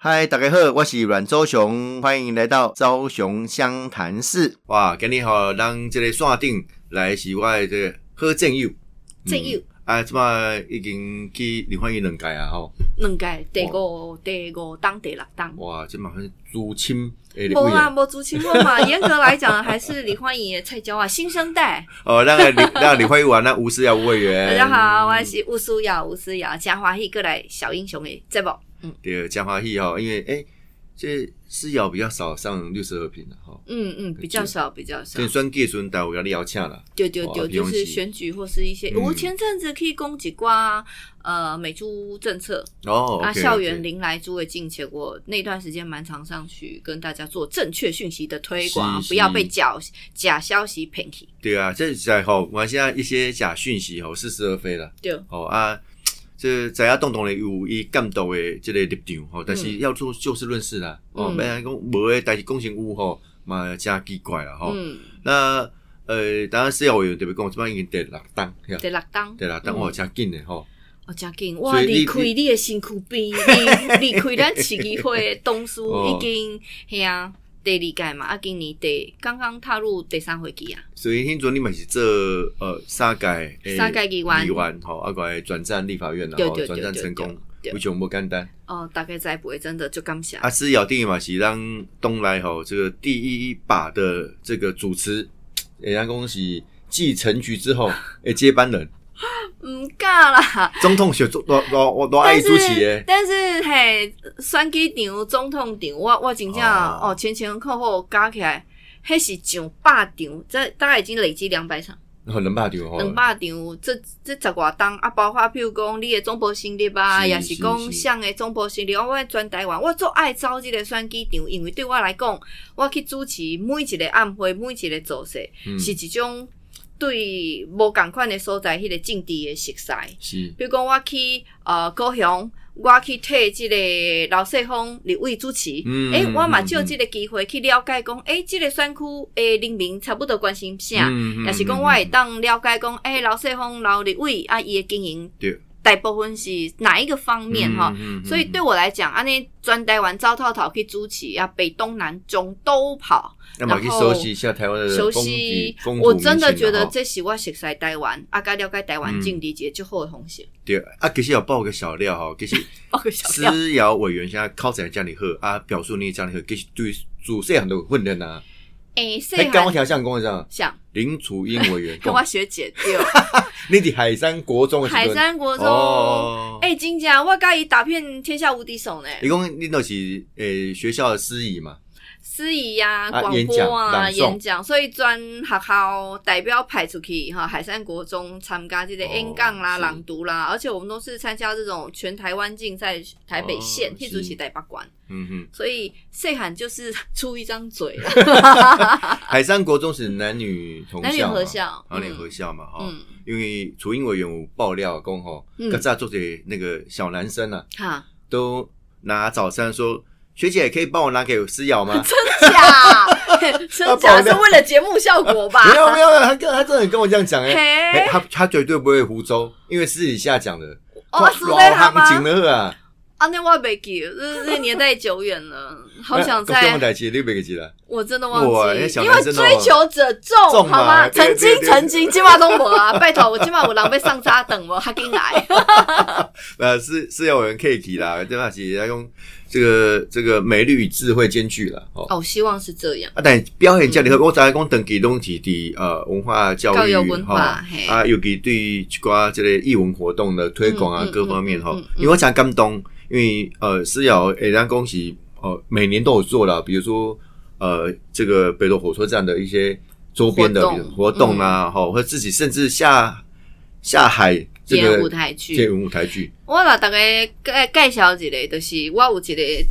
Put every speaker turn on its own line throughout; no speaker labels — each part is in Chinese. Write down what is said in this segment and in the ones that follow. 嗨，大家好，我是阮周雄，欢迎来到周雄湘潭市。哇，今日吼，咱这个线顶来是我的这个好战友，
战友
嗯啊，即摆已经去林焕英两届啊吼，
两届第五、
嗯
第五档、第六档。
哇，即马很资深诶立
无
委
啊，
啊，
无竹青过 嘛，严格来讲还是李焕英的菜椒啊，新 生代。
哦，那个林那个林焕英啊，那吴思瑶吴委员，
大家好，我是吴思瑶，吴思瑶，嘉华喜过来小英雄的节目。
对江华义吼，因为诶，这思瑶比较少上绿色和平的啊吼，
嗯嗯，比较少，比较少
所以。选计阵代我甲你邀请啦，
对对
哇
对，
不
就
用急
是选举或是一些，
嗯
我前阵子去攻击瓜呃美猪政策
哦，
啊，
OK，
校
OK
园零来猪的进结果那段时间蛮常上去跟大家做正确讯息的推广，
是
不要被
是
假假消息骗去。
对啊，这是在吼，我现在一些假讯息吼似是而非啦。
对，
吼啊，这知影当当的有伊监督的这个立场吼，但是要做就事论事啦。哦，
嗯
别人讲无诶，但是讲成有吼，嘛真奇怪啦吼。
嗯，
那呃，当然是要有特别讲，即摆已经第六档，对
第六档。
第六档
嗯
哇，真紧诶吼。
哦，真紧！我
所以你
离开
你
你的身躯 边，离离开咱市议会的同事
哦
已经嘿啊，第二届嘛，啊，今年第刚刚踏入第三会期啊。
所以迄阵你嘛是做呃三届诶
三届议员
议员吼，啊，过来转战立法院啦，
对
吼
对
转
对
战
对
成
对
功，
对
非常无简单。
哦，大概在不会真的就感谢。
阿思瑶弟嘛是让东来吼这个第一把的这个主持，也让恭喜继陈菊之后 诶接班人，
唔敢啦，
总统选总多多 我多爱
但
主席
是
诶，
但是嘿，选举场、总统场，我我真正
哦
哦前前后后加起来，迄是上百场，这大概已经累积两百场。
很能霸掉吼，
两百场，这这十外档啊，包括譬如讲你的总部成立啊，
是
也是
是
讲
是
谁的总部成立，我全台湾，我做爱走这个选举场，因为对我来讲，我去主持每一个暗会，每一个组势，
嗯
是一种对无共款的所在，迄、个政治的熟悉。
是
比如讲，我去呃高雄，我去替即个老世芳立委主持，诶、
嗯嗯
我嘛
嗯
借即个机会去了解讲，诶、即、个选区诶人民差不多关心啥，
嗯嗯
也是讲我会当了解讲，诶、老世芳、老立委啊，伊诶经营
对
大部分是哪一个方面吼。，
嗯
所以对，我来讲，安尼专台湾糟透头去主持啊，北东南中都跑，
那么去熟悉一下台湾的
熟
风
悉
景呃风。土
我
民
真的
情
觉
啊
得
吼
这是我熟悉台湾，啊，甲了解台湾政治一个最好的方式。
对啊，其实有爆个小料吼，其实
报个 小料。
思瑶委员现在靠在家里喝啊，表述你家里喝，其实对主席很多混乱啊，
诶，细
还
汉
刚我条相公这样。
想
林楚英委 员
跟
讲
我，学姐 对，
你伫海山国中的时候
海山国中，哎诶、
哦，
真正我甲伊打遍天下无敌手呢。
你讲你都是诶学校的司仪嘛，
司仪呀、
啊
广
演讲
播啊、
朗诵
演讲，所以专学校代表派出去哈，海山国中参加这个
哦
演讲啦、
是
朗读啦，而且我们都是参加这种全台湾竞赛，台北县
哦
迄主
是
席台北管，
嗯哼，
所以细汉就是出一张嘴 啦，
海山国中是男女同
啊男女
校嘛，啊
合校，
男女合
校，
校嘛哈，
嗯，
因为楚英委员有爆料讲吼，
嗯
较早做些那个小男生啊，
哈，
都拿早餐说学姐可以帮我拿给思瑶 吗？
假，真假是为了节目效果吧？
啊 没有没有，没有他跟他真的跟我这样讲哎。
嘿
哎，，他他绝对不会胡诌，因为私底下讲的。
哦，是在他吗？
行了啊，
啊，那我没记了，这这年代久远了，好
那
想
国中
再
的代志你别记了。
我真的忘
哇那
记，
小
因
男生
为
哦
追求者众，
众嘛
好吗？
啊对
曾经
对对
曾经，今晚都没啊！ 拜托，我今晚有人被上渣等我，还给你 来。
呃，是是有人 K K 啦，对吧？其实要用这个这个美丽与智慧兼具啦。哦，
哦，希望是这样。
啊，但表演教育，我知影讲长期拢是伫呃文化教育
嗯教育文化嘿
啊，尤其对于一寡这个艺文活动的推广啊
嗯，嗯
各方面
嗯
吼
嗯，嗯
因为我想感动，因为呃思瑶诶，咱恭喜呃每年都有做啦，比如说呃这个北斗火车站的一些周边的
活动嗯
比如活动啊，吼，或者自己甚至下下海这
演
个
舞台剧
接舞台剧，
我来大概介介绍一个，就是我有一个在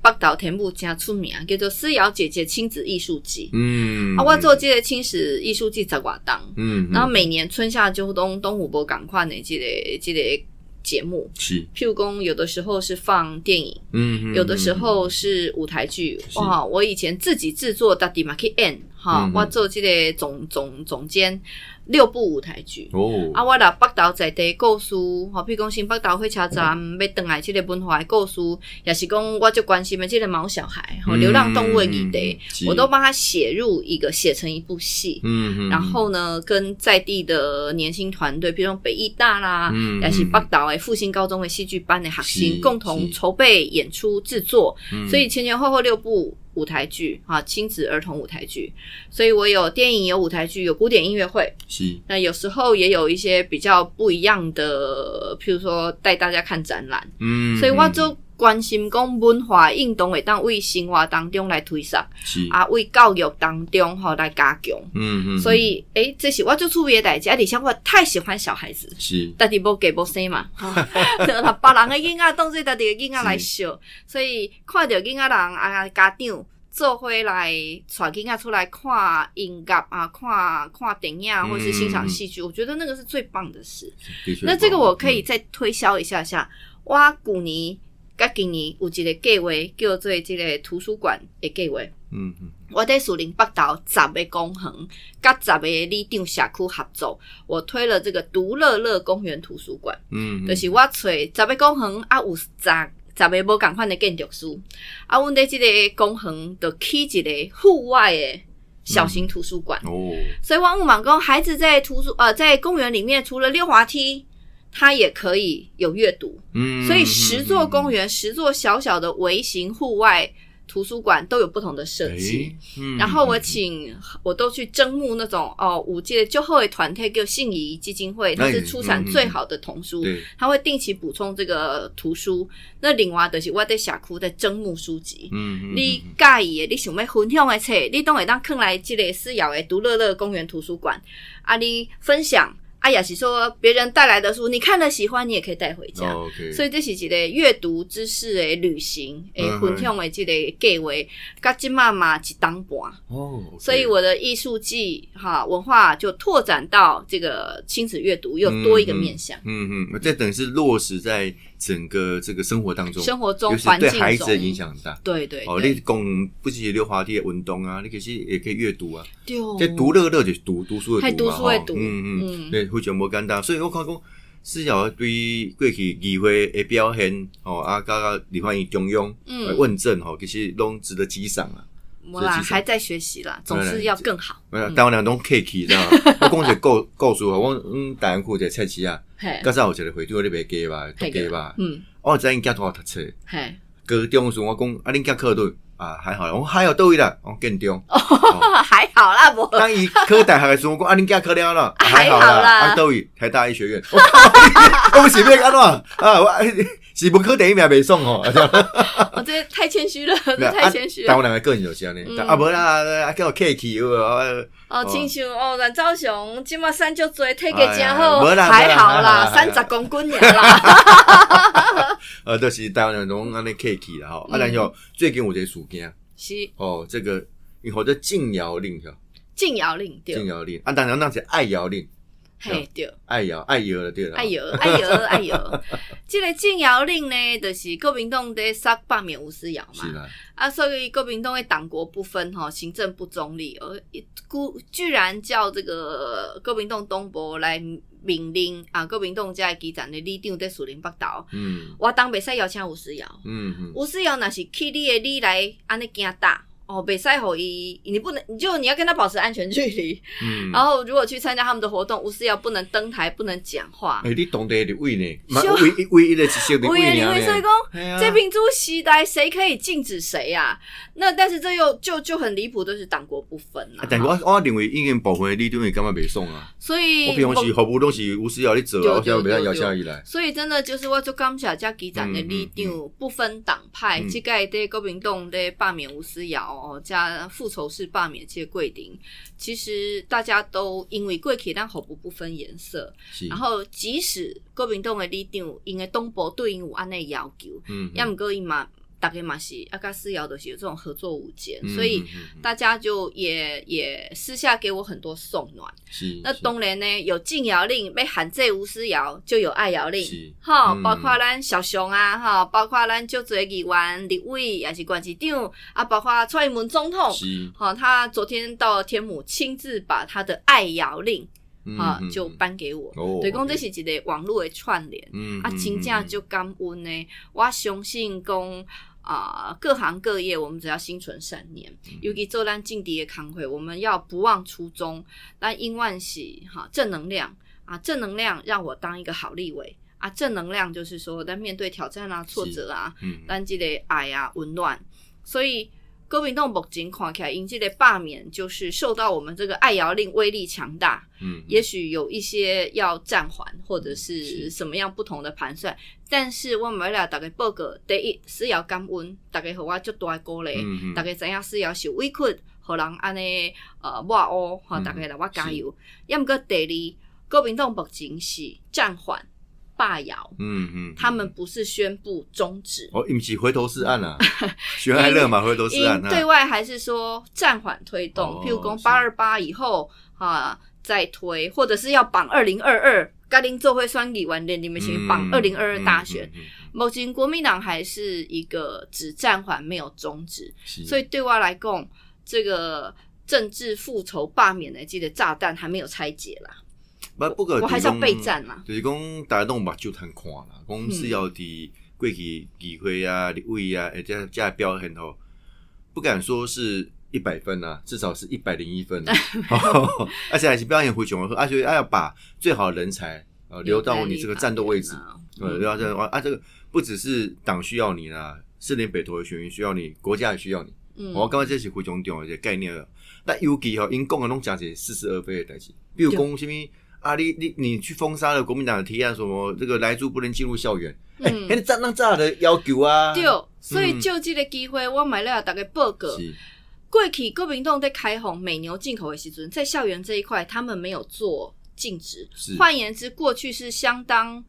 北岛田埔真出名，叫做思瑶姐姐亲子艺术季。
嗯
啊，我做这个亲子艺术季十外档，
嗯，嗯
然后每年春夏秋冬冬有无赶款的这个这个节目，
是，
譬如讲有的时候是放电影。
嗯，嗯
有的时
嗯
候是舞台剧，
是
哇！我以前自己制作，到底嘛去演哈、
嗯
我做即个总总总监六部舞台剧。
哦，
啊，我若北投在地的故事，吼，比如讲新北投火车站
嗯
要倒来即个文化的故事，也是讲我最关心的即个毛小孩，吼，
嗯
流浪动物的议题，
是
我都帮他写入一个写成一部戏。
嗯嗯，
然后呢，跟在地的年轻团队，比如说北艺大啦，
嗯
啊也是
嗯
北岛诶复兴高中的戏剧班的学
是
生，共同
是
筹备演出制作，
嗯
所以前前后后六部舞台剧啊，亲子儿童舞台剧，所以我有电影，有舞台剧，有古典音乐会，
是
那有时候也有一些比较不一样的，譬如说带大家看展览，
嗯，
所以我
嗯
就关心讲文化运动会当为生活当中来推上，
是
啊，为教育当中吼、来加强。
嗯嗯，
所以，诶、这是我最趣味的代志，啊而且我太喜欢小孩子
嗯， 是
但是无给无生嘛，哈、就把别人的囡仔当做家己的囡仔来笑，所以看到囡仔人啊家长做伙来带囡仔出来看音乐啊，看看电影啊，或是欣赏戏剧，我觉得那个是最棒的事。
的确
那这个
棒
我可以再推销一下下，我古年甲今年有一个计划叫做这个图书馆的计划。
嗯嗯
我在树林北岛十个公园，甲十个里长社区合作，我推了这个独乐乐公园图书馆，
嗯，嗯
就是我找十个公园啊有十十个无共款的建筑师，啊，阮在即个公园就起一个户外的小型图书馆，
哦，
所以万物满工孩子在图书呃在公园里面除了溜滑梯，他也可以有阅读，
嗯，
所以
嗯
十座公园、十座小小的微型户外图书馆都有不同的设计。，
嗯嗯诶嗯
然后我请我都去征募那种哦，五届就后的团体，给信宜基金会，它
哎
是出产
嗯嗯
最好的童书，
对
它会定期补充这个图书。那另外就是我在社区在征募书籍，
嗯，嗯
你介意的，你想要分享的册，你都会当坑来这个私窑的独乐乐公园图书馆啊，你分享啊，也是说别人带来的书，你看了喜欢，你也可以带回家。
哦 OK，
所以这是一个阅读知识的旅行，诶
嗯，
分享的这个计划，甲即嘛嘛一当半，
哦，OK，
所以我的艺术季哈文化就拓展到这个亲子阅读，又多一个面向，
嗯嗯，这等于是落实在整个这个生活当中，
生活中
尤其
环境
对
中
孩子的影，响很大。
对对
哦，
对，
你讲不是溜滑梯的运动啊，你可是也可以阅读啊。
对哦
这读乐乐就是读读书的
还
读
读
嘛，
书的
吼
读
嗯嗯，
嗯
对，非常无简单。所以我看讲，思瑶对过去议会的表现，吼啊，加到李焕英中央
嗯
呃问政，吼，其实拢值得激赏啊。
我啦
这是
还在学习啦，总是要更好，
呃，台湾人拢客气，知道吗？我讲一个故故事吼，我嗯，台湾区一个菜市啊，
嘿，
较早有一个会长咧卖鸡吧，毒鸡吧，
嗯，
我知因囝同我读册，
嘿，
高中的时候我讲啊，恁囝考对啊，还好啦，我讲还有倒位啦，我建中。哦
还好啦，我
当伊考大学的时候，我讲啊，恁囝考了啦，啊还好
还好
啦，
啦
啊倒位台大医学院，我靠，我不是要安怎啊？我啊是不考第一名袂爽吼，啊这样
我这太谦虚了，
没有
这
啊
太谦虚
台
了
湾。人的个性就是安尼，
嗯
啊无啦，啊叫我客气有无啊
哦，亲像哦，阮兆雄即马瘦足多，体格
哎
真
呀
好，
没啦没
还
啦
好啦，
哎呀哎
三十公斤尔啦。
呃，就是台湾人拢安尼客气啦吼。啊，
嗯
然后最近有一个事件
是
哦，这个伊或者禁谣令，吼
禁谣令对
禁，谣令啊，当然那是爱谣令。
嘿对。
爱摇爱摇了，对了，
哎呦，哎呦，哎 呦！这个禁谣令呢，就是国民党在杀罢免吴思瑶
是
嘛，
啦，
啊，所以国民党的党国不分吼，行政不中立，而故居然叫这个国民党东部来命令啊，国民党这基层的里长在树林北岛，
嗯
我当袂使邀请吴思瑶，
嗯嗯，
吴思瑶若是去你的你来安尼惊打。哦，袂使互伊，你不能，你就你要跟他保持安全距离。
嗯
然后，如果去参加他们的活动，吴思瑶不能登台，不能讲话。
哎，你当地的位呢？嘛
是吗
唯一唯一的一些的
我也
位
认
呢
为所以
呢？
讲，
哎呀
这民主时代谁可以禁止谁啊？那但是这又就就很离谱，就是党国不分啦、
啊但是我我认为已经部分的你都会感觉袂爽啊。
所
我
以
平常时服务拢是有需要你做啊，我
对
才
对
袂
对
让摇下伊来。
所以真的就是我就感谢这基层的里长、不分党派，
嗯
即个对国民党对罢免吴思瑶哦，加复仇式罢免这个规定，其实大家都因为过去咱服务不分颜色，
是，
然后即使国民党的里长因为东部对因有安尼要求，
嗯，
要毋过伊嘛大概嘛是阿嘎四瑶都是有这种合作舞间，
嗯
所以
嗯嗯嗯
大家就也也私下给我很多送暖。
是
那
是
当然呢，有禁谣令，被喊这吴思瑶就有爱谣
是
令，哈、
嗯
包括咱小熊啊，哈，包括咱就做议员、立委，也是管市长啊，包括蔡英文总统，
是
好、他昨天到天母亲自把他的爱谣令啊、
嗯嗯
就
嗯
颁给我，
哦
对，讲这
OK
是一个网络的串联。
嗯
啊，真正就感恩呢。我相信讲啊、各行各业，我们只要心存善念，
嗯
尤其做咱政治的康会，我们要不忘初衷，咱永远是哈正能量啊，正能量让我当一个好立委啊，正能量就是说，咱面对挑战啊、挫折啊，
嗯嗯
咱这个爱啊、温暖，所以。国民党目前看起来，因这个罢免就是受到我们这个爱摇令威力强大，
嗯
也许有一些要暂缓或者
是
是什么样不同的盘算，但是我们俩大概报告第一是要感恩，大概和我足大的鼓励，
嗯嗯
大概知影是要受委屈，互人安尼呃抹黑，吼，
嗯
大概来我加油。要毋过第二，国民党目前是暂缓罢谣，
嗯嗯，
他们不是宣布终止，
哦，引起回头是岸 啊，徐爱乐嘛，回头是岸
因
啊，
对外还是说暂缓推动，
哦
譬如讲
是
八二八以后啊再推，或者是要绑二零二二，甘林做会双议完的，你们先绑二零二二大选。
嗯嗯，嗯嗯嗯
目前国民党还是一个只暂缓没有终止，
是
所以对外来讲，这个政治复仇罢免的这个炸弹还没有拆解啦，
不不过
我还是要
就是
备
讲
战啦。
就是讲大家拢目睭通看啦，讲是要伫过去机会啊、立位啊，而且加表现吼，不敢说是一百分啊，至少是一百零一分、啊， 而且还是表现非常好，而且还啊要把最好的人才呃留到你这个战斗位置，
有在
呃，
立
留到
法院啊，
这个啊，这个不只是党需要你啦，四连北投的选民需要你，国家也需要你。
嗯
我感觉这是非常重要的一个概念了。但尤其吼，因讲的拢讲是似是而非的代志，比如讲什么啊，你你你去封杀了国民党的提案，什么这个来猪不能进入校园，哎、
嗯
那炸那炸的要求啊，
对，所以就这个机会，我买了大概报告。
是
过去国民党在开放美牛进口的时阵，在校园这一块，他们没有做禁止。
是
换言之，过去是相当，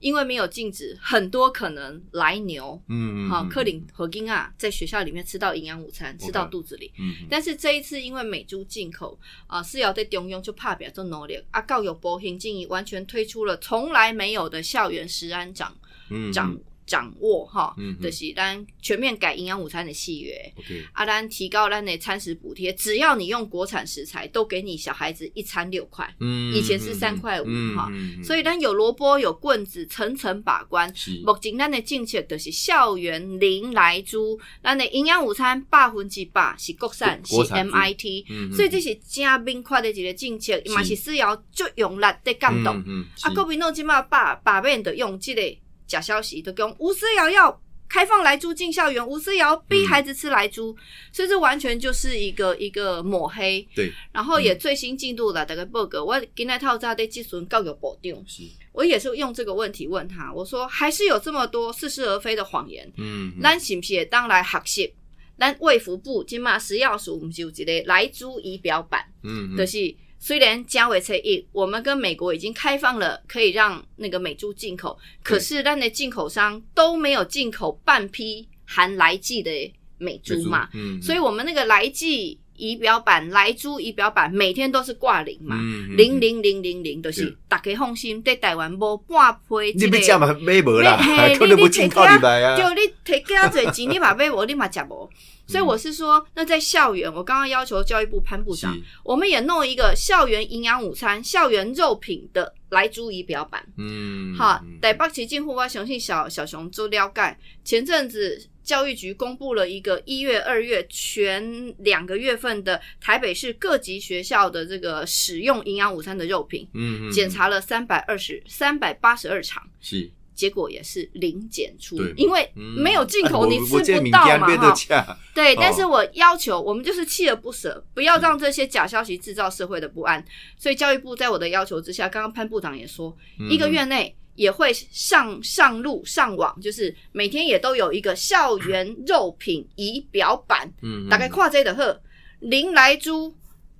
因为没有禁止，很多可能来牛，
嗯
好、克林和金啊，在学校里面吃到营养午餐，吃到
OK
肚子里。
嗯嗯
但是这一次，因为美猪进口啊，是要在中央就怕表做努力啊，告有博行进已完全推出了从来没有的校园食安掌
嗯
掌掌握哈
嗯，嗯
就是咱全面改营养午餐的契约。
OK
阿兰提高咱的餐食补贴，只要你用国产食材，都给你小孩子一餐六块。
嗯
以前是三块五哈所
以
以咱有萝卜有棍子，层层把关。
嗯是
目前咱的政策就是校园零来猪，咱的营养午餐百分之百是国产，是
国国产猪
MIT，、
嗯嗯
所以这是正明确的一个政策，
是
嘛是需要足用力在感动。
嗯嗯
啊，
是
国民党即马把把面的用即个假消息，就讲吴思瑶要开放来猪进校园，吴思瑶逼孩子吃来
嗯
猪，所以这完全就是一个一个抹黑。
对
然后也最新进度了，大概报告，我今天套早在咨询教育部长，
是
我也是用这个问题问他，我说还是有这么多似是而非的谎言，
嗯
咱是不是也当来学习？咱卫福部今嘛食药署毋是有一个来猪仪表板？
嗯
就
嗯
是虽然加维车一，我们跟美国已经开放了可以让那个美猪进口，可是咱的进口商都没有进口半批含来剂的美猪嘛，，
嗯
所以我们那个来剂仪表板、来猪仪表板每天都是挂零嘛，
嗯
零零零零零，就是
对
大家放心，在台湾无半批
你
这
别讲
个。
嘛，没无啦
你 嘿，
可能不进口你来啊，
就你提给他嘴钱，你嘛买无，你嘛吃无。所以我是
嗯
说，那在校园，我刚刚要求教育部潘部长，
是
我们也弄一个校园营养午餐、校园肉品的来猪仪表板。
嗯
哈、
嗯
台北市政府我相信小小熊做了解。前阵子教育局公布了一个一月、二月全两个月份的台北市各级学校的这个使用营养午餐的肉品，
嗯嗯
检查了三百二十三百八十二场。
是
结果也是零检出
对，
因为
嗯
没有进口，
啊
你
我
吃
我这
不
民
到
间
嘛，
变
哈
得。恰
对，
哦嗯
但是我要求，我们就是锲而不舍，不要让这些假消息制造社会的不安。所以教育部在我的要求之下，刚刚潘部长也说，
嗯
一个月内也会上上路上网，就是每天也都有一个校园肉品仪表板，
嗯，嗯
大概跨这的呵，零来猪，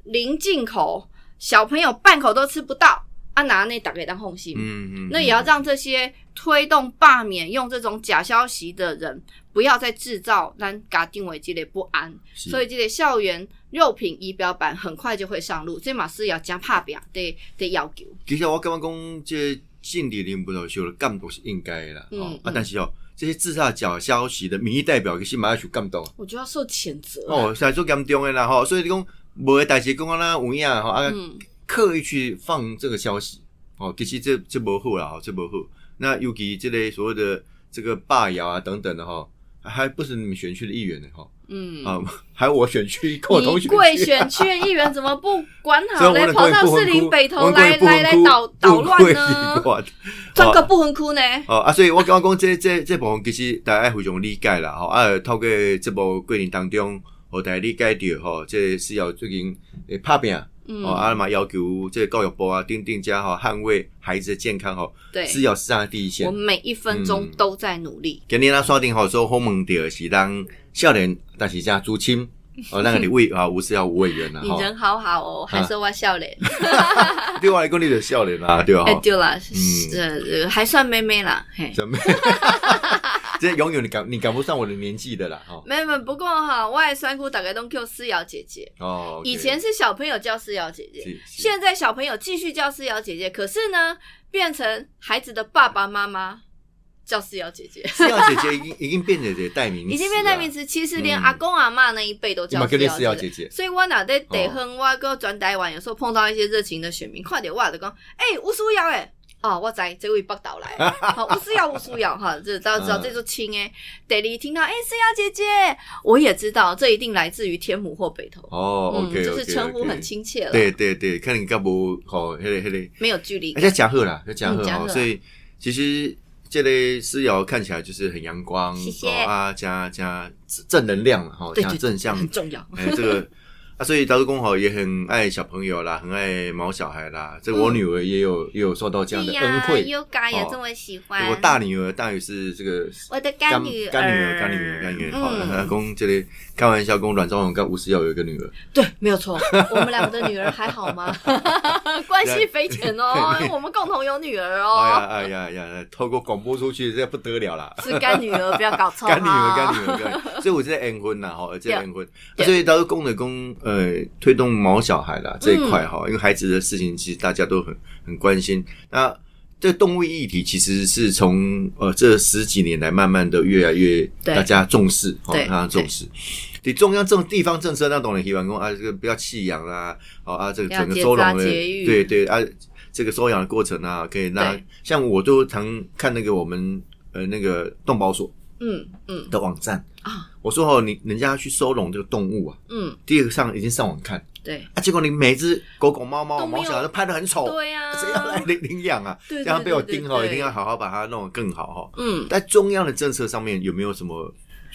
零进口，小朋友半口都吃不到，啊拿那大概当红心。
嗯嗯，
那也要让这些推动罢免用这种假消息的人，不要再制造咱家定为这类不安。
是
所以这个校园肉品仪表板很快就会上路，这嘛是要加拍表的的要求。
其实我感觉讲，这近几年不头修的监督是应该的啦，
嗯
哦
嗯
啊，但是哦，这些制造假消息的民意代表，其实嘛要受监督。
我就要受谴责啊。
哦，是来做严重的啦吼，所以你讲无的代志讲啊那有影吼，啊
嗯，
刻意去放这个消息，哦，其实这这无好啦，吼，哦这无好。那尤其这类所谓的这个霸谣啊等等的哈，还不是你们选区的议员呢哈，
嗯，
啊， 还有我选区跟我同
你
选
贵啊
区啊，
选区的议员怎么不管
所以
好
我
嘞？
的
跑到
不
士
分
林
区
北头
我的
来
不分
来来
区
捣捣
不
乱
分
呢
区？我
转个不分区呢？
哦啊，所以我感觉讲这这这部分其实大家非常理解啦，吼、啊，透过这部过程当中，互大家理解到吼、这是要最近诶拍拼，吼、
嗯，
啊嘛要求这个教育部啊、定定家吼捍卫孩子的健康哦吼、
对，
是要上第一线
我。每一分钟
嗯
都在努力。
今年咱刷顶吼说访问到的是咱少年，但是加朱清哦，那个李委啊，吴思瑶吴委员啦
你
吼，
人好好
啊
哦，还是我笑脸。
对我来讲你就是少年 啦，对吧？
哎，
吼
对啦，是呃还算妹妹啦，嘿。
什嗯么？这永远你赶你赶不上我的年纪的啦，吼、
没有没有，不过哈，我也酸姑大概都 Q 思瑶姐姐。
哦，OK，
以前是小朋友叫思瑶姐姐，
是是
现在小朋友继续叫思瑶姐姐，可是呢，变成孩子的爸爸妈妈叫思瑶姐姐，
四瑶姐姐已经已经变成这个代名词了，哦
已经变代名词。其实连
嗯
阿公阿妈那一辈都
你
叫
们跟那
思
四
瑶
瑶
姐
姐
姐。
姐，
所以我哪得得
哦
哼，我个转台湾，有时候碰到一些热情的选民，快点我就讲，哎、欸，吴思瑶哎，哦，我知这位北岛 来，哦好，吴思瑶，吴思瑶哈，这大家知道
嗯
这就亲哎，得你听到哎，欸思瑶姐姐，我也知道这一定来自于天母或北投，
哦，OK，
嗯，就是称呼很。亲切了，
对哎对对，看你干不吼，迄个迄个，
没有距离
而
感，
且讲好啦，要讲
嗯真
好
好
吼，所以其实这类思瑶看起来就是很阳光，
谢谢
哦啊，加加正能量哈，
对
加
对
正向
很重要，
哎，这个啊，所以导致公吼也很爱小朋友啦，很爱毛小孩啦。这个我
嗯
女儿也有也有受到这样的
哎
恩惠。
，Yoga
也
也
这
这么喜欢，
我大女儿，大女儿是这个
我的干
干
女儿，
干女儿，干女儿，干女儿。好，那
嗯，
公这里开玩笑，公阮昭荣跟吴思瑶有一个女儿，
对，没有 错，我们两个的女儿还好吗？ 关系匪浅 哦，我们共同有女儿
哎呀
哦，
哎呀哎呀，透过广播出去，这不得了啦。
是干女儿，不要搞错哈。啊
干女儿，干女儿，干女儿，所以我是在恩婚呐， 哈，这在恩婚，啊
对
所以到时候公的公，呃，推动毛小孩啦这一
嗯
块哈，因为孩子的事情其实大家都很很关心。那这动物议题其实是从呃这十几年来慢慢的越来越
对
大家重视，哈，
对
大家重视。对中央政地方政策那懂得希望公啊，这个不要弃养啦，哦啊，这个整个收容
要结扎
的，
节育
对对啊，这个收养的过程啊，可以让
对
像我都常看那个我们呃那个动保所，
嗯嗯
的网站
啊。
我说哦，你人家要去收容这个动物啊，
嗯，
第一个上已经上网看
对
啊，结果你每只狗狗、猫
都
猫、
没有
猫小孩都拍的很丑，
对呀，
谁要来领领养啊？
对对
哦这样被我盯哦，
对对对
一定要好好把它弄得更好哈。
嗯，
在中央的政策上面有没有什么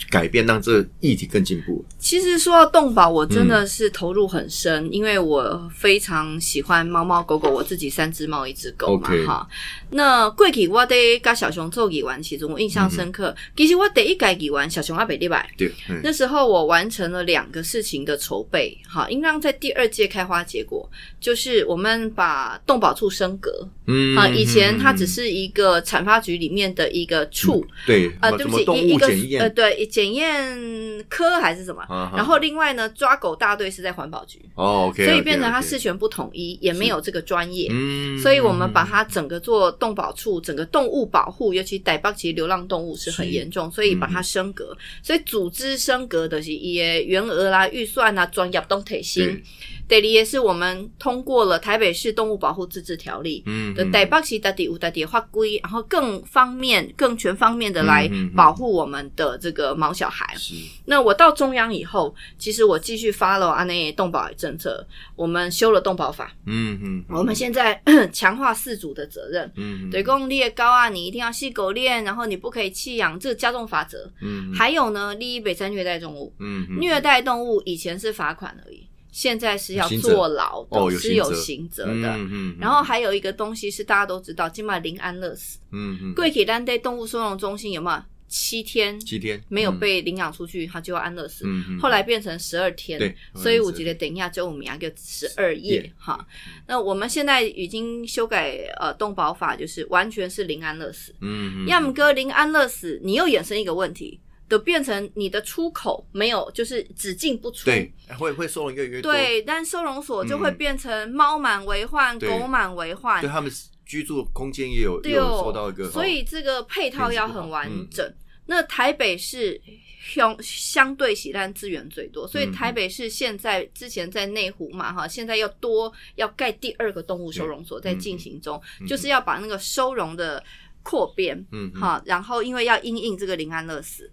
改变，让这个议题更进步？
其实说到动保，我
嗯
真的是投入很深，因为我非常喜欢猫猫狗狗，我自己三只猫一只狗嘛
OK
哈。那过去我得跟小熊做议玩，其中我印
嗯
象深刻。其实我第一改议玩小熊阿北礼拜。
对，嗯
那时候我完成了两个事情的筹备，哈，应当在第二届开花结果，就是我们把动保处升格
嗯
啊，以前它只
嗯
是一个产发局里面的一个处，
对
呃，
什
对不
么
起，
动
一一
物
个
检
呃，
验，
对，检验科还是什么？
啊哈
然后另外呢，抓狗大队是在环保局，
哦，OK，
所以变成它
OK，OK
事权不统一，也没有这个专业。
嗯
所以我们把它整个做动保处，整个动物保护，尤其台北其实流浪动物是很严重，所以把它升格。
嗯
所以组织升格的是也员额啦、预算啊啦、专业都提
对
升。第二个是我们通过了台北市动物保护自治条例。
嗯
的
嗯
台北市到底有到底法规，然后更方面、更全方面的来
嗯嗯嗯
保护我们的这个毛小孩。
是
那我到中央以后，其实我继续 follow 安内动保的政策，我们修了动保法，
嗯嗯，
我们现在 强化饲主的责任。
嗯
对，公猎高啊，你一定要系狗链，然后你不可以弃养，这个加重法则。
嗯
还有呢，利益北山虐待动物，
嗯嗯
虐待动物以前是罚款而已，现在是要
有刑责
坐牢的，
哦有
是
刑
有
责
刑责
嗯
的。
嗯嗯
然后还有一个东西是大家都知道，今麦临安乐死，
嗯嗯
贵体单对动物收容中心有没有七天
七嗯天
没有被领养出去，他就要安乐死。
嗯，嗯嗯
后来变成十二天
对，
所以我
12
觉得等一下就我们要叫十二夜
夜
哈。那我们现在已经修改呃动保法，就是完全是零安乐死。
嗯，嗯
要么哥零安乐死，你又衍生一个问题，就变成你的出口没有，就是只进不出。
对，哎会会收容越来越多，
对，但收容所就会
嗯
变成猫满为患，
对
狗满为患
对，。他们居住空间也有也
对
有
哦
受到一个，
所以这个配套要很完
嗯
整。那台北市相相对喜烂资源最多，所以
嗯
台北市现在之前在内湖嘛哈，现在要多要盖第二个动物收容所在进行中，
嗯
就是要把那个收容的扩编
嗯，嗯，
哈，然后因为要因应这个林安乐死。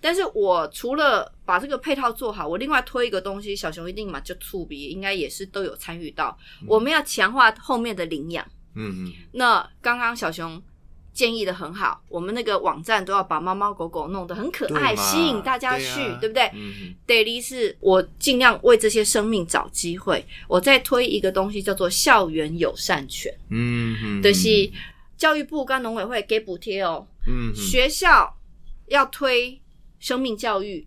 但是我除了把这个配套做好，我另外推一个东西，小熊一定嘛就触鼻，应该也是都有参与到。我们要强化后面的领养。
嗯嗯
那刚刚小熊建议的很好，我们那个网站都要把猫猫狗狗弄得很可
对
爱，
嘛
吸引大家
对
去，
啊
对不对
嗯嗯，
？Daily 是我尽量为这些生命找机会，我在推一个东西叫做校园友善犬，
嗯嗯，
就是教育部跟农委会给补贴哦，
嗯嗯
学校要推生命教育，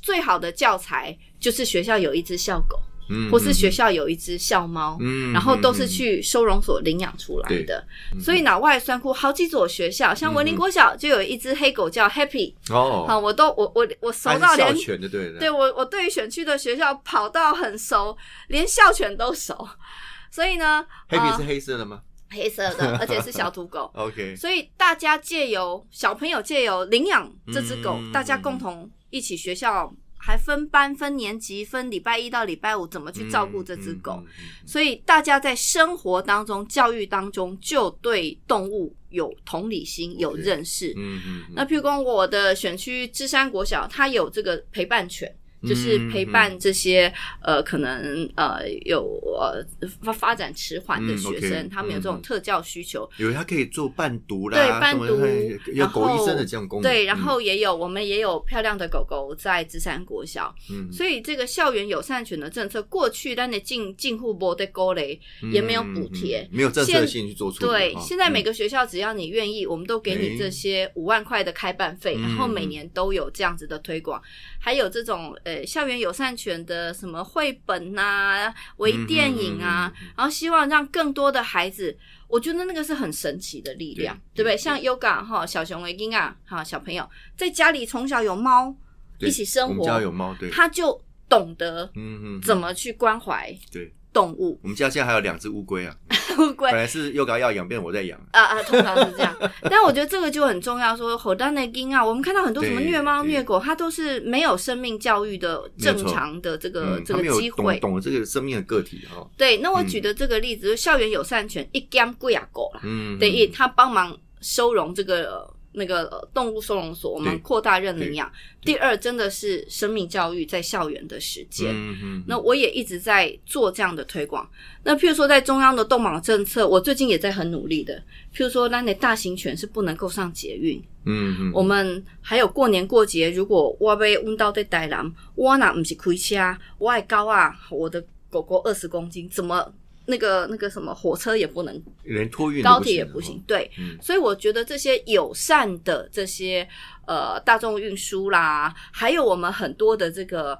最好的教材就是学校有一只校狗，
嗯，
或是学校有一只校猫，
嗯，嗯，
然后都是
嗯
去收容所领养出来的。
嗯
所以脑外酸哭好几所学校，像文林国小就有一只黑狗叫 Happy，
嗯哦，
好、我都我我我熟
还是
到
校。
连
犬的对了
对，我，我对于选区的学校跑到很熟，连校犬都熟， 所以呢，
黑皮
呃
是黑色的吗
黑色 的，而且是小土狗，
？OK，
所以大家借由小朋友借由领养这只狗，
嗯
大家共同一起学校还分班、分年级、分礼拜一到礼拜五怎么去照顾这只狗，
嗯，嗯
所以大家在生活当中、教育当中就对动物有同理心、有认识。
嗯嗯嗯，
那譬如说我的选区芝山国小，它有这个陪伴犬。
嗯
就是陪伴这些、呃，可能呃有呃发发展迟缓的
嗯
学
，OK，
生，他们有这种
嗯
特教需求，
有它可以做伴读啦，
对伴
什么
读
有
然后
狗医生的这种功能，
对，然后也有、我们也有漂亮的狗狗在芝山国小，
嗯
所以这个校园友善犬的政策，过去但的进进户波的勾雷，
嗯
也没有补贴
嗯嗯没有政策
现
性去做出来
对，
哈
现在每
嗯
个学校只要你愿意，我们都给你
诶
这些五万块的开办费，
嗯
然后每年都有这样子的推广，还有这种呃校园友善犬的什么绘本呐、微电影啊，
嗯嗯嗯嗯
然后希望让更多的孩子。我觉得那个是很神奇的力量，对
对
不对？
对
像 Yoga 哈，小熊维金啊，哈，小朋友在家里从小有猫
对
一起生
我们家有
活，
猫，对，
他就懂得
嗯嗯，嗯
怎么去关怀
对？
动物
我们家现在还有两只乌龟啊，
乌龟
本。来是又高要养，变成我在养。
啊啊，通常是这样。 但我觉得这个就很重要，说吼蛋的音啊，我们看到很多什么
对
虐猫
对
虐狗，它都是没有生命教育的
没有
正
错
常的这个
嗯，
这
他们
个
有
机
懂
会。
懂这个生命的个体哈，
对，那我
嗯
举的这个例子，就是校园友善犬一干贵啊狗啦，
嗯，
对，一
嗯
它帮忙收容这个呃那个呃动物收容所，我们
对
扩大认领养。
对
第二，真的是生命教育在校园的实践。
嗯嗯，
那我也一直在做这样的推广。那譬如说，在中央的动保政策，我最近也在很努力的。譬如说，那你大型犬是不能够上捷运，
嗯嗯，
我们还有过年过节，如果我被问到在台南，我哪不是开车，我爱高啊，我的狗狗二十公斤，怎么那个那个什么火车也不能，
连托运都
高铁也
啊
不行，，对。
嗯
所以我觉得这些友善的这些呃大众运输啦，还有我们很多的这个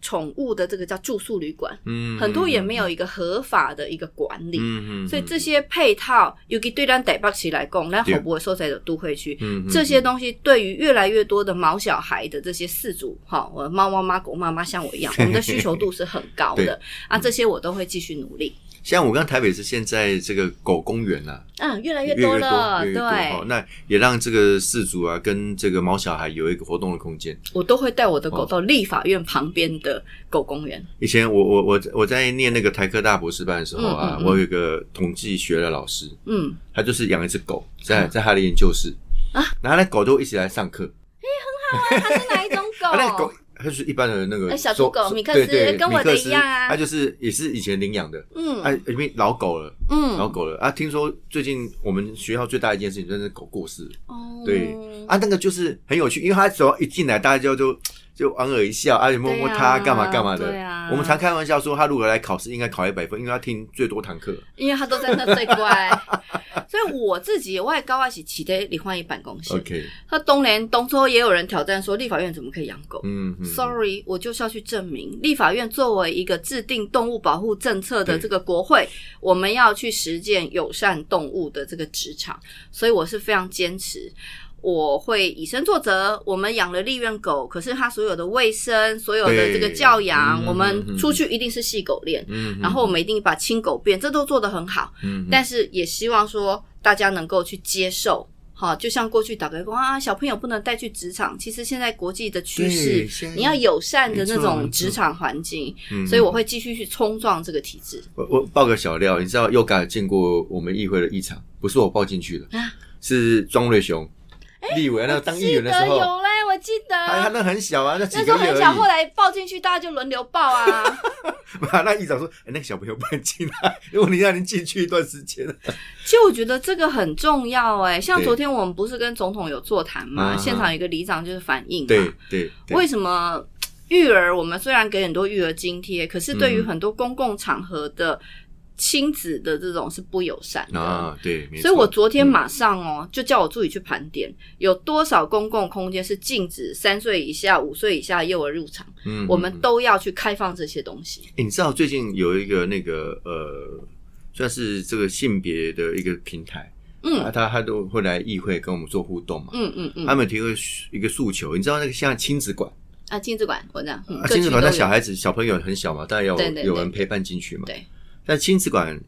宠物的这个叫住宿旅馆，
嗯，
很多也没
有
有一个合法的一个管理。
嗯嗯，
所以这
嗯
些配套，尤其对咱台北市来讲，咱
对
好不会受在的都会区，
嗯嗯
这些东西对于越来越多的毛小孩的这些饲主，哈，我猫妈妈、狗妈妈像我一样， 我们的需求度是很高
对
的啊，这些我都会继续努力。
像我刚台北市现在这个狗公园啊，
嗯，越来
越
越
来越
多了，
越来越多
对，
哦那也让这个饲主啊跟这个毛小孩有一个活动的空间。
我都会带我的狗
哦
到立法院旁边的狗公园。
以前我我我我在念那个台科大博士班的时候啊，
嗯嗯嗯
我有一个统计学的老师，
嗯，
他就是养一只狗，在在他的研究室
啊，
然后那狗都一起来上课，
它是哪一种狗？
啊，那个狗它就是一般的那
哦哎
个
小土狗
收
米克
对
斯
对
跟我
米
的
克斯
一样啊
它就是也是以前领养的，
嗯
啊，因为老狗了，
嗯，
老狗了啊。听说最近我们学校最大一件事情就是狗过世了，
哦
对啊，那个就是很有趣，因为它只要一进来，大家就就就莞尔一笑，啊，摸摸它
对啊
干嘛干嘛的
对啊。
我们常开玩笑说，它如果来考试，应该考一百分，因为它听最多堂课。
因为它都在那最乖，所以我自己我也高外是起在立法院办公室。
OK，
那当然，当初也有人挑战说，立法院怎么可以养狗？
嗯嗯
Sorry，我就是要去证明，立法院作为一个制定动物保护政策的
对
这个国会，我们要去实践友善动物的这个职场，所以我是非常坚持。我会以身作则。我们养了利院狗，可是它所有的卫生、所有的
对
这个教养，
嗯
我们
嗯
出去一定是系狗链，
嗯，
然后我们一定把亲狗变，这都做得很好。
嗯，嗯
但是也希望说大家能够去接受。好，就像过去打个工啊，小朋友不能带去职场。其实现在国际的趋势
对现，在
你要友善的那
没
种
错
职场环境，
嗯
所以我会继续去冲撞这个体制。
我我爆个小料，你知道又敢见过我们议会的议场，不是我报进去的
啊，
是庄瑞雄立委那个当议员的时
记得
候，
有嘞，我记
他他
得
那很小啊，那几
那时
个
候
月
很小，后
而
来报进去，大家就轮流 报啊。
已。那议长说：“哎，那个小朋友不能进来， 因为你让你进去一段时间。
其实我觉得这个很重要哎，像
对
昨天我们不是跟总统有座谈
嗯
嘛，
嗯
现场有一个里长就是反映”嘛，
对对，对
为什么育儿？我们虽然给很多育儿津贴，可是对于
嗯
很多公共场合的亲子的这种是不友善的。
啊，对，没
所以
错
我
嗯
昨天马上哦，就叫我助理去盘点，有多少公共空间是禁止三岁以下、五岁以下幼儿入场，
嗯
我
嗯
们
嗯
都要去开放这些东西。
欸你知道最近有一个那个呃，算是这个性别的一个平台，啊，
嗯
他他都会来议会跟我们做互动嘛。
嗯嗯嗯，
他们提个一个诉求，你知道那个像亲子馆，
啊，亲子馆，我这样，嗯
啊亲子馆
各
那
区都
小
有
孩子小朋友很小嘛，当然要
对对对
有人陪伴进去嘛。
对，
但亲子馆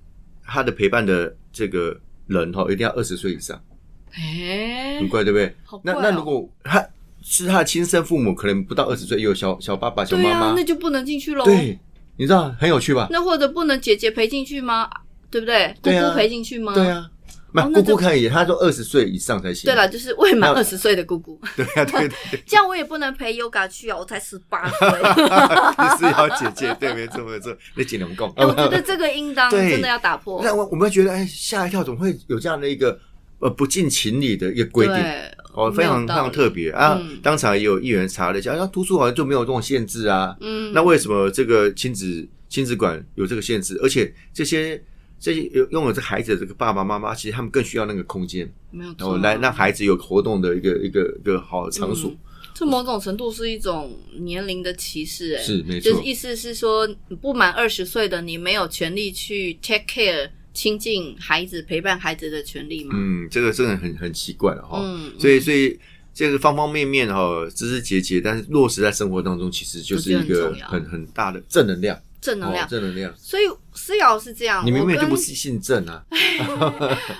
他的陪伴的这个人哈，一定要二十岁以上，
哎
很，怪对不对？
好怪
那
哦
那如果他是他的亲生父母，可能不到二十岁，也有小小爸爸、小
对啊
妈，
那
妈，
就不能进去喽。
对，你知道很有趣吧？
那或者不能姐姐陪进去吗？对不对？姑
对啊
姑陪进去吗？
对啊，那
哦那
姑
就
姑看也，他说二十岁以上才行。
对了，就是未满
那
二十岁的姑姑，
对啊，对对对，
这样我也不能陪 Yoga 去哦，我才十八 岁。
就是要姐姐，对，没错没错，那尽量讲。
哎我觉 得这个应当
对
真的要打破。
那我我们觉得，哎，吓一跳，怎么会有这样的一个呃不近情理的一个规定？
对，
哦，非
没
常非
有道理
常特别啊！
嗯
当场也有议员查了一下，那图书馆就没有这种限制啊。
嗯，
那为什么这个亲子亲子馆有这个限制？而且这些这些有拥有这孩子的这个爸爸妈妈，其实他们更需要那个空间，
没有
然
错
后
啊，
来让孩子有活动的一个一个一个好的场所。
嗯这某种程度是一种年龄的歧视，哎，
是没错
就是意思是说，不满二十岁的你没有权利去 take care 亲近孩子、陪伴孩子的权利嘛？
嗯，这个真的很很奇怪了哈。
嗯，
所以，所以这个方方面面哈、枝枝节节，但是落实在生活当中，其实就是一
我觉得很
个
重要
很很大的正能量，
正能量
哦、。正能量。
所以思瑶是这样，
你明
我
明就
跟
不是姓郑啊，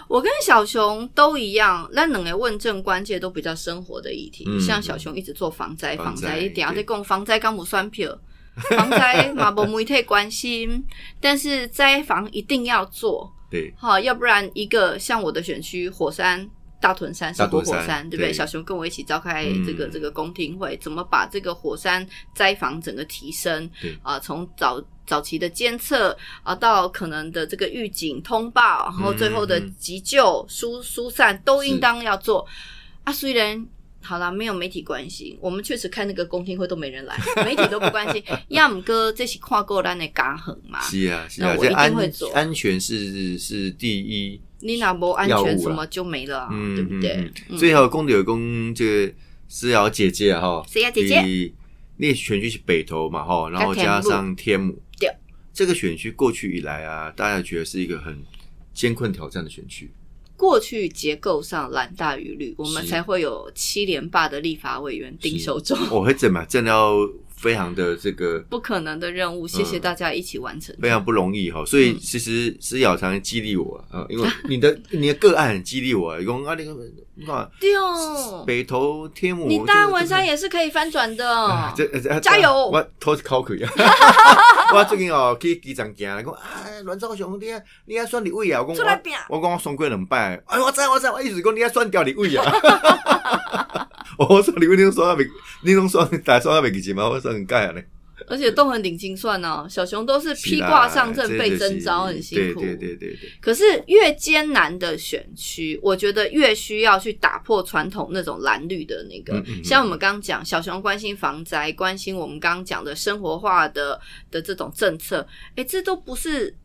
我跟小熊都一样，那两个问政关键都比较生活的议题，
嗯
像小熊一直做防灾，防
防灾
灾一点
对
在讲防灾刚不算票，防灾嘛无媒体关心， 但是灾防一定要做
对，
好，要不然一个像我的选区火山。大屯山是
大
活
屯
火
山
山，对不对？
对
小熊跟我一起召开这个、
嗯
这个公听会，怎么把这个火山灾防整个提升
对？
啊、从早早期的监测啊、到可能的这个预警通报，然后最后的
嗯嗯
急救、疏疏散都应
是
当要做。啊，虽然好啦，没有媒体关心，我们确实看那个公听会都没人来， 媒体都不关心。 亚姆哥这是跨过咱的港横嘛，
是啊，是
那
啊，
我
这
一定
安
会做
安全是是第一，
你哪无安
药物
全
啦
什么就没了、啊，
嗯，
对不对
嗯？嗯所以有公有公这个思瑶姐姐啊哈，
思瑶姐姐
你，那选区是北投嘛哈，然后
跟天
加
母
上天母，
对，
这个选区过去以来啊，大家觉得是一个很艰困挑战的选区，
过去结构上懒大于绿，我们
是
才会有七连霸的立法委员丁守中，
我会怎么哦真的要非常的这个
不可能的任务，谢谢
嗯
大家一起完成。
非常不容易哈，所以其实思瑶常常激励我啊，呃因为你的你的个案很激励我啊，用啊那个那
对哦，
北投天母，
你大安文山
也
也是可以翻转的。
这这这
啊加油
我头是口 水啊！我最近哦去机场行，讲啊阮兆雄，你啊你啊选立委啊，我
出
讲
来拼
我我讲我选过两摆，哎我知道我知道，我意思是讲你啊选掉立 委啊。我说立委，你拢选啊袂，你拢选打选啊袂记钱吗？我说很盖啊嘞。
而且都很领精算哦，小熊都是
是
披
啦
挂上阵
这
被
就是
征召，很辛苦。
对对对对对，
可是越艰难的选区，我觉得越需要去打破传统那种蓝绿的那个。
嗯嗯嗯
像我们刚刚讲，小熊关心防灾，关心我们刚刚讲的生活化的的这种政策，诶，这都不是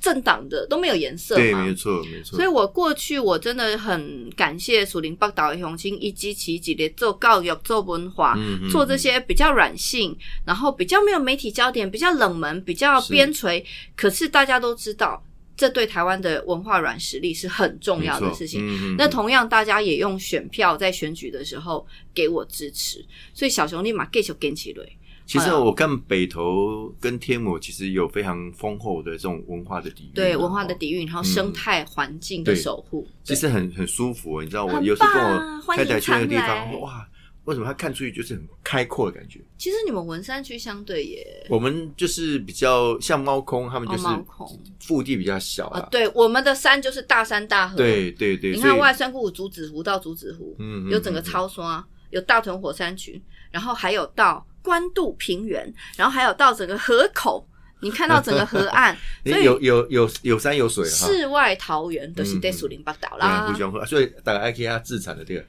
政党的都没有颜色
对，
嘛
没。错，没错
所以，。我过去我真的很感谢树林北岛的乡亲，以及其一个做教育、做文化、
嗯
做这，些比较软性，然后比较没有媒体焦点、比较冷门、比较
是
边陲，可是大家都知道，这对台湾的文化软实力是很重
没
要的
错
事情。
嗯嗯
那
嗯
同样，大家也用选票在选举的时候给我支持，所以小熊立马 get 就跟起来。
其实
呃
我看北投跟天母其实有非常丰厚的这种文化的底蕴，啊
对
然后
文化的底蕴，然后生态环境的守护，
其实很很舒服，哦你知道，我
很
有时候跟
棒啊
我
欢
太
迎
太去那个
常
地
来
方，哇，为什么他看出去就是很开阔的感觉？
其实你们文山区相对也
我们就是比较像猫空，他们
哦
就是
猫空
腹地比较小
啊
啦，，
对，我们的山就是大山大河。，
对对对，
你
所以
看外山谷有竹子湖到竹子湖，
嗯
有整个，
嗯嗯
超刷，有大屯火山群，然后还有到关渡平原，然后还有到整个河口，你看到整个河 岸，
嗯
所以
有有有有山有水哈，哎嗯
世外桃源都是在树林北岛啦。
互相喝，所以大家 I K 他自产的这个，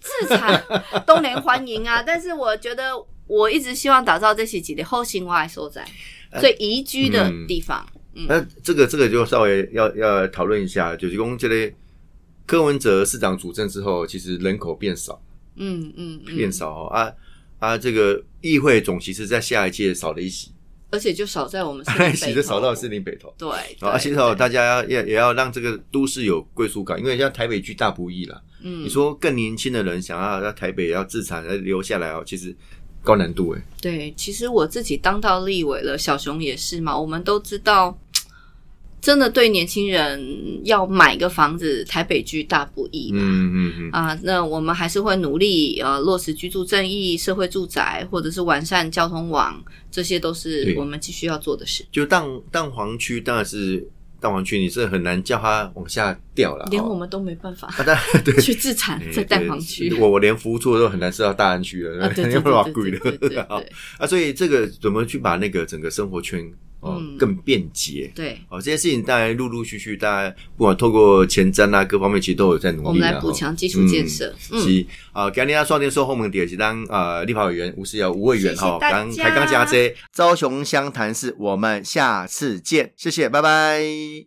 自产当然欢迎啊， 但是我觉得我一直希望打造这是一个后生活的所在，
呃
最宜居的地方。嗯
那这个这个就稍微要要讨论一下，就是公这类柯文哲市长主政之后，其实人口变少
嗯嗯
变
嗯，
少哦啊啊，这个议会总席是在下一届少了一席，
而且就少 在我们士林
那一
北
席就少
投
到士林北投。
对，对
啊，其实哦，大家要也也要让这个都市有归属感，因为像台北居大不易啦。
嗯，
你说更年轻的人想要在台北要自产留下来哦，其实高难度哎、
对，其实我自己当到立委了，小熊也是嘛。我们都知道，真的对年轻人要买个房子，台北居大不易嘛。
嗯嗯嗯，
啊，那我们还是会努力呃落实居住正义、社会住宅，或者是完善交通网，这些都是
对
我们继续要做的事。
就蛋蛋黄区当然是蛋黄区，你是很难叫它往下掉了、哦。
连我们都没办法
啊，当 然对。
去自产
哎
在蛋黄区
对我 我连服务处都很难吃到大安区了，
啊，对对对
因为老贵
对对对 对
了啊，所以这个怎么去把那个整个生活圈哦、
嗯
更便捷
对，
哦，这些事情当然陆陆续续，大家不管透过前瞻啊各方面，其实都有在努力、啊。
我们来补强基础建设。
哦。
嗯，
是啊，今天双天说后门底是当呃立法委员吴思瑶吴委员
谢谢
哈，
大
刚
家
开刚加这，朝雄湘潭市，我们下次见，谢谢，拜拜。